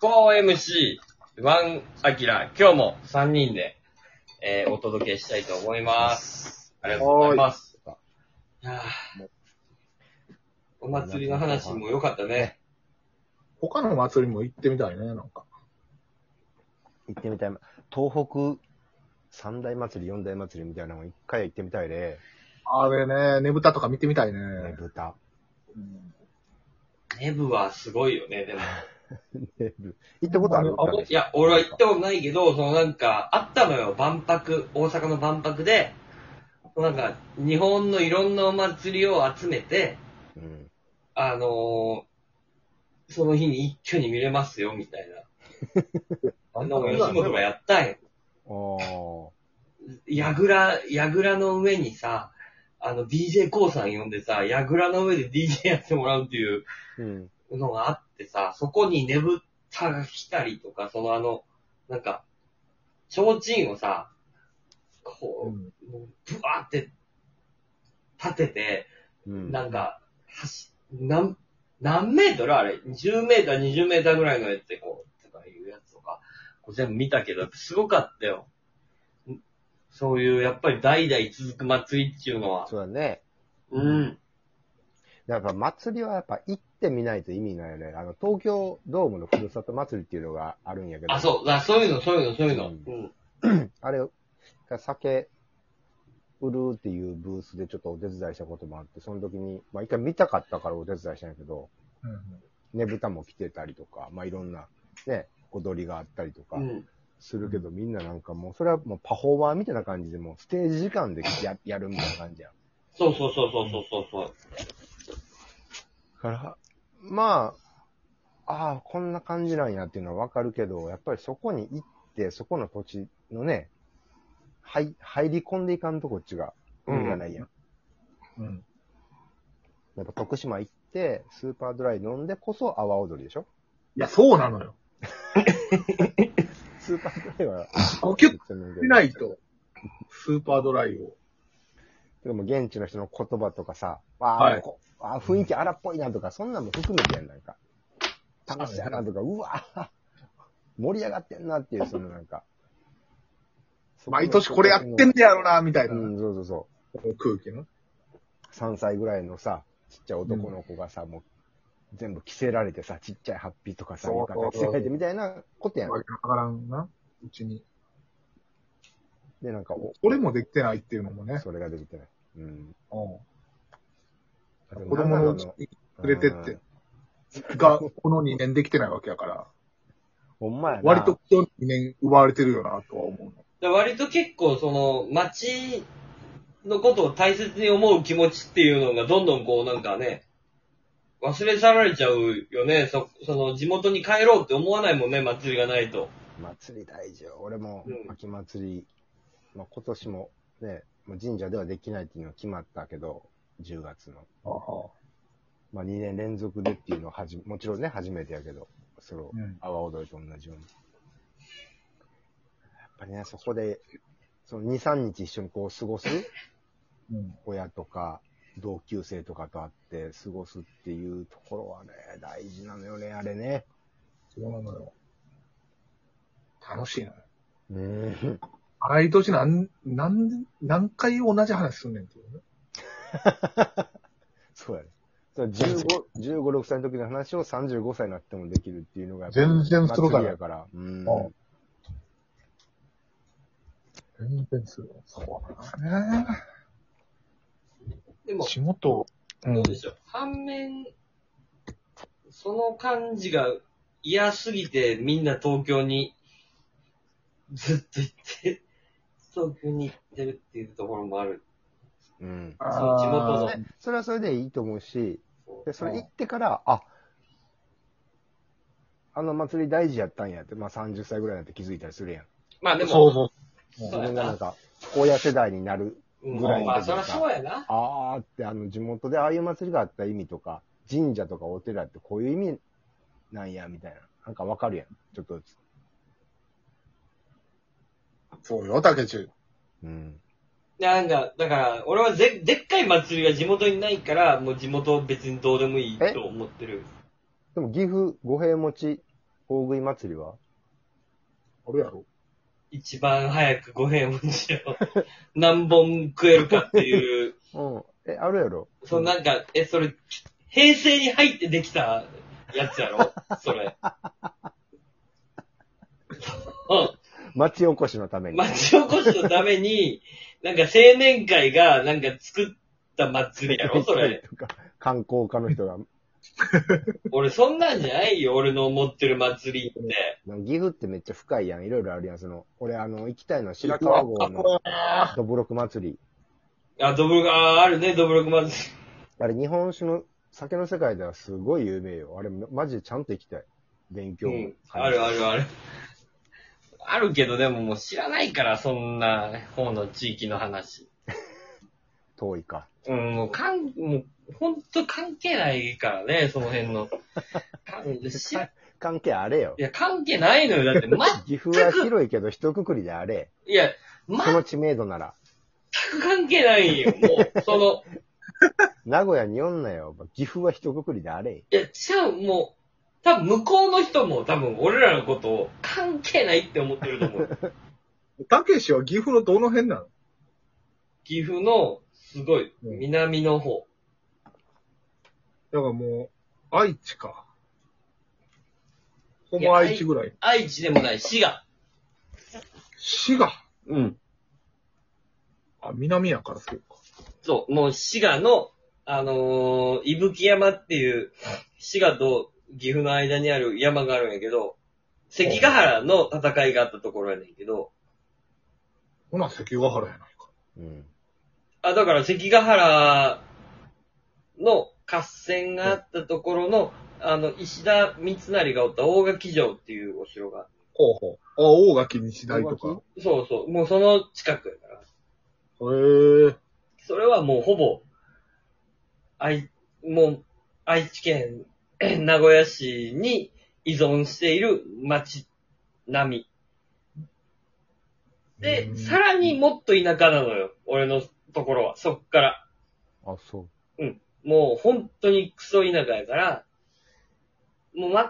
コ MC、ワン、アキラ、今日も3人で、えー、お届けしたいと思います。ありがとうございます。いやーお祭りの話も良かったね。他の祭りも行ってみたいね、なんか。行ってみたい。東北三大祭り、四大祭りみたいなのも一回行ってみたいで、あれね、ねぶたとか見てみたいね。ねぶた。うんネブはすごいよね、でも。ねぶ 行ったことあるあのいや、俺は行ったことないけど、そのなんか、あったのよ、万博、大阪の万博で、なんか、日本のいろんなお祭りを集めて、うん。あのー、その日に一挙に見れますよ、みたいな。あんなもん吉本がやったんよ。おやぐら、やぐらの上にさ、あの、DJ コウさん呼んでさ、やぐらの上で DJ やってもらうっていうー。うん。のがあってさ、そこにねぶたが来たりとか、そのあの、なんか、提灯をさ、うこんう、もうブワーって立てて、うん。なんか、走、なん、何メートルあれ ?10 メーター、20メーターぐらいのやつでこう、とかいうやつとか、こう全部見たけど、すごかったよ。んそういう、やっぱり代々続く祭りっていうのは。そうだね。うん。やっぱ祭りはやっぱ行ってみないと意味ないよね。あの、東京ドームのふるさと祭りっていうのがあるんやけど。あ、そう、あそういうの、そういうの、そういうの。うんうんあれ、酒売るっていうブースでちょっとお手伝いしたこともあって、その時に、まあ一回見たかったからお手伝いしたんやけど、うんねぶたも着てたりとか、まあいろんなね、踊りがあったりとかうん。するけど、みんななんかもう、それはもうパフォーマーみたいな感じで、もうステージ時間でややるみたいな感じやん。そうそうそうそうそうそうそう。から、まあ、ああ、こんな感じなんやっていうのはわかるけど、やっぱりそこに行って、そこの土地のね、はい、入り込んでいかんとこっちが、意味がないやん。うん。やっぱ徳島行って、スーパードライ飲んでこそ阿波踊りでしょいや、そうなのよ。スーパードライは、呼吸し別にない。と、スーパードライを。でも現地の人の言葉とかさ、あはーいこあー、雰囲気荒っぽいなとか、そんなのも含めてやん、なんか。楽しやなとか、うわー盛り上がってんなっていう、その なんか。毎年これやってんねやろな、みたいうな、ん、そうそうそ空気の。う。3歳ぐらいのさ、ちっちゃい男の子がさ、もう、全部着せられてさ、ちっちゃいハッピーとかさ、そう浴そうそう衣着せられてみたいなことやんわ。けわからんな、うちに。で、なんか、お俺もできてないっていうのもね。それができてない。うん。うん子子供のうちに連れてって、が、この2年できてないわけやから、ほんまやな。割とこの2年奪われてるよな、とは思うの。で割と結構その街のことを大切に思う気持ちっていうのがどんどんこうなんかね、忘れ去られちゃうよね。そ、その地元に帰ろうって思わないもんね、祭りがないと。祭り大事よ。俺もうん秋祭り、まあ、今年もね、まあ神社ではできないっていうのは決まったけど、10月の。まあ、2年連続でっていうのははじ、もちろんね、初めてやけど、そのうん、阿波踊りと同じように。やっぱりね、そこで、その2、3日一緒にこう過ごすうん。親とか同級生とかと会って過ごすっていうところはね、大事なのよね、あれね。そうなのよ。楽しいな。うん。毎年何、何、何回同じ話すんねんっていうね。そうやね。それ15、15、6歳の時の話を35歳になってもできるっていうのが、全然するか祭らりやから。うん。うん全然する。そうなんですね。でも、仕事、う。どうんでしょう。反面、その感じが嫌すぎてみんな東京にずっと行って、東京に行ってるっていうところもある。うん。あーそう地元のねそれはそれでいいと思うし、そうで、それ行ってから、あ、あの祭り大事やったんやって、まあ30歳ぐらいになって気づいたりするやん。まあでも、そうそう。自そうや分がなんな。か、親世代になる、うん、ぐらいのまあ時そにりさゃそうやな。あーって、あの地元でああいう祭りがあった意味とか、神社とかお寺ってこういう意味なんや、みたいな。なんかわかるやん。ちょっとずつ。そうよ、竹内。うん。なんか、だから、俺はぜでっかい祭りが地元にないから、もう地元別にどうでもいいと思ってる。でも岐阜五平餅大食い祭りはあれやろ一番早く五辺落ちを何本食えるかっていう、うん。え、あるやろそのなんか、え、それ、平成に入ってできたやつやろそれ。そう町おこしのために。町おこしのために、なんか青年会がなんか作った祭りやろそれ。とか 観光家の人が。俺そんなんじゃないよ、俺の思ってる祭りって。岐阜ってめっちゃ深いやん。いろいろあるやん。その、俺、あの、行きたいのは白川郷のどぶろく祭り。あ、ドブロク、あー、あるね、ドブロク祭り。あれ、日本酒の酒の世界ではすごい有名よ。あれ、マジでちゃんと行きたい。勉強うも。ん、あるあるある。あるけど、でももう知らないから、そんな方の地域の話。遠いか。うん、もう、かん、もう、ほんと関係ないからね、その辺 の。かんしい関係あれよ。や、関係ないのよ。だって、ま、岐阜は広いけど、一括りであれ。いや、そ全の知名度なら。く関係ないよ。もう、その、名古屋におんなよ。岐阜は一括りであれ。いや、違う、もう、多分向こうの人も多分俺らのことを関係ないって思ってると思う。たけしは岐阜のどの辺なの岐阜の、すごい、うん南の方。だからもう、愛知か。ほぼ愛知ぐらい。愛知でもない、滋賀。滋賀。うん。あ、南やからそうか。そう、もう滋賀の、あのー、伊吹山っていう、滋賀と岐阜の間にある山があるんやけど、関ヶ原の戦いがあったところやねんけど、ほな、関ヶ原やないか。うん。あ、だから関ヶ原の合戦があったところの、あの、石田三成がおった大垣城っていうお城が、ほうほう。あ、大垣西大と大か。そうそう、もうその近くやから。へえ。それはもうほぼ、愛、もう、愛知県、名古屋市に依存している町並み。で、うんさらにもっと田舎なのよ。俺のところは。そっから。あ、そう。もう本当にクソ田舎やから、もう全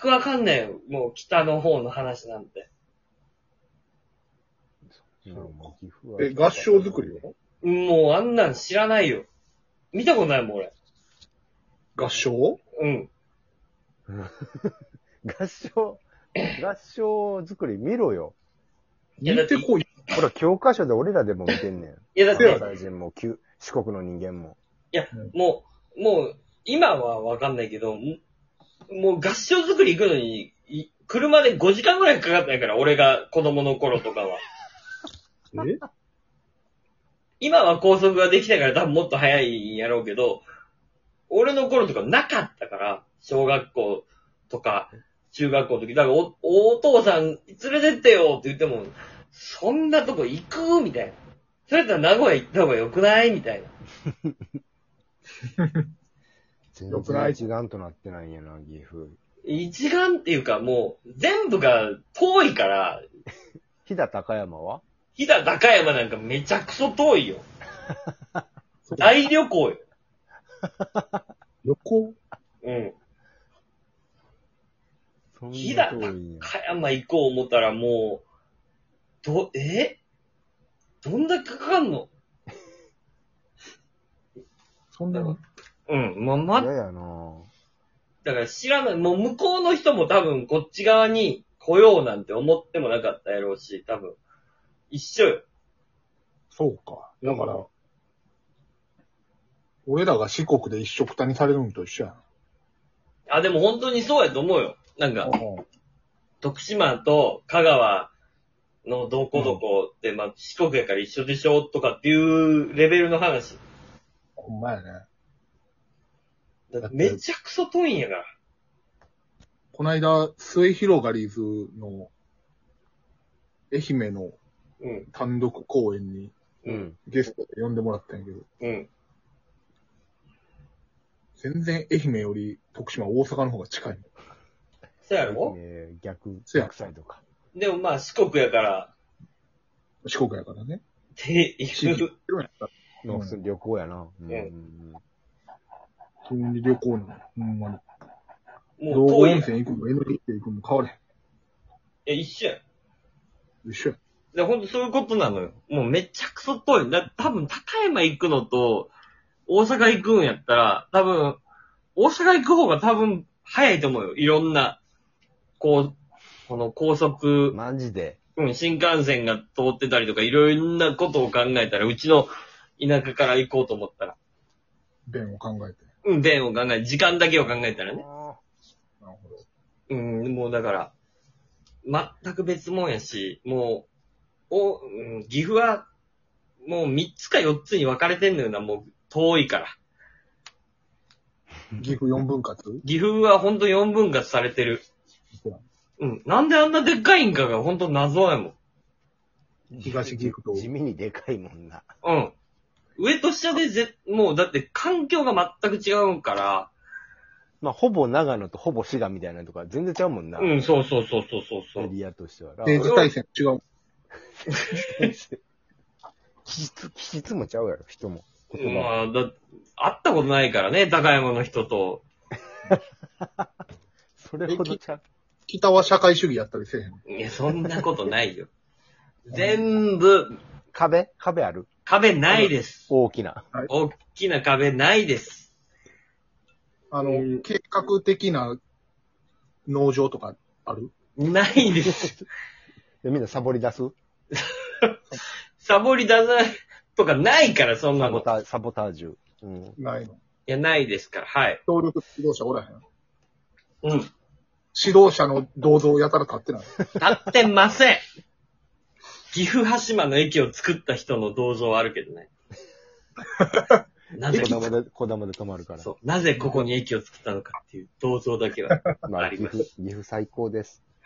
くわかんないよ。もう北の方の話なんて。そうか岐阜はえ、合唱作りはもうあんなん知らないよ。見たことないもん、俺。合唱うん。合唱、合唱作り見ろよ。いや見てこい。ほら、教科書で俺らでも見てん ねん。いや、だっそうやてろ、大人も、旧四国の人間も。もう、もう、今はわかんないけど、ももう合唱作り行くのに、い車で5時間ぐらいかかったんやから、俺が子供の頃とかは。え今は高速ができたから多分もっと早いんやろうけど、俺の頃とかなかったから、小学校とか、中学校の時、だからお、お父さん連れてってよって言っても、そんなとこ行くみたいな。それだったら名古屋行った方が良くないみたいな。全よくない然一丸となってないんやな、岐阜。一丸っていうかもう、全部が遠いから、飛騨高山は飛騨高山なんかめちゃくそ遠いよ。大旅行よ。旅行うん。そんな飛騨遠いんや。高山行こう思ったらもう、ど、えどんだけかかんのそんなにうん、ま、ま、嫌やなぁ。だから知らない。もう向こうの人も多分こっち側に来ようなんて思ってもなかったやろうし、多分。一緒よ。そうか。だから、俺らが四国で一緒くたにされるのと一緒やな。あ、でも本当にそうやと思うよ。なんか、徳島と香川のどこどこって、まあ四国やから一緒でしょとかっていうレベルの話。ほんまやね。だからめちゃくそ遠いんやから。こないだ、末広がりずの、愛媛のうん、単独公演にうん。ゲストで呼んでもらったんやけど、うん。全然愛媛より徳島、大阪の方が近いの。そうやろえー逆、そうや逆サイドか。でもまあ四国やから、四国やからね。って地行域く。広いから、の旅行やな。うんん。普通に旅行なの。ほんまに。も道う遠後いやん。温泉行くも、えのきって行くも変われえ、一緒やん。へん。一緒や。で、ほんとそういうことなのよ。もうめちゃくそ遠い。だ、多分高山行くのと、大阪行くんやったら、多分、大阪行く方が多分早いと思うよ。いろんな、こう、この高速、マジで。うん、新幹線が通ってたりとか、いろんなことを考えたら、うちの田舎から行こうと思ったら、弁を考えて。うん、便を考え、時間だけを考えたらね。あなるほど。うん、もうだから、全く別もんやし、もう、お、うん、岐阜は、もう3つか4つに分かれてんのよな、もう遠いから。岐阜4分割岐阜はほんと4分割されてる。うん。なんであんなでっかいんかがほんと謎やもん。ー東岐阜と地味にでかいもんな。うん。上と下でぜ、もうだって環境が全く違うから、まあ、ほぼ長野とほぼ滋賀みたいなとか全然ちゃうもんな。うん、そうそうそうそうそうそエう。リアとしてはな。 政治対戦違う。気質、気質もちゃうやろ、人も。言葉も。まあ、だ、会ったことないからね、高山の人と。それほどちゃう。北は社会主義やったりせえへん。いや、そんなことない よ。全部、壁壁ある壁ないです。大きな。大きな壁ないです。あうの、ん計画的な農場とかあるない です。でみんなサボり出すサボり出さないとかないから、そんなサこボと。ターサボタージュ。うん。ないの。いや、ないですから、はい。協力指導者おらへん。うん。指導者の銅像やたら立ってない。立ってません。岐阜羽島の駅を作った人の銅像はあるけど ね。なぜこ、だまで、こだまで止まるから。そう。なぜここに駅を作ったのかっていう銅像だけは。まああ、り岐ます阜、岐阜最高です。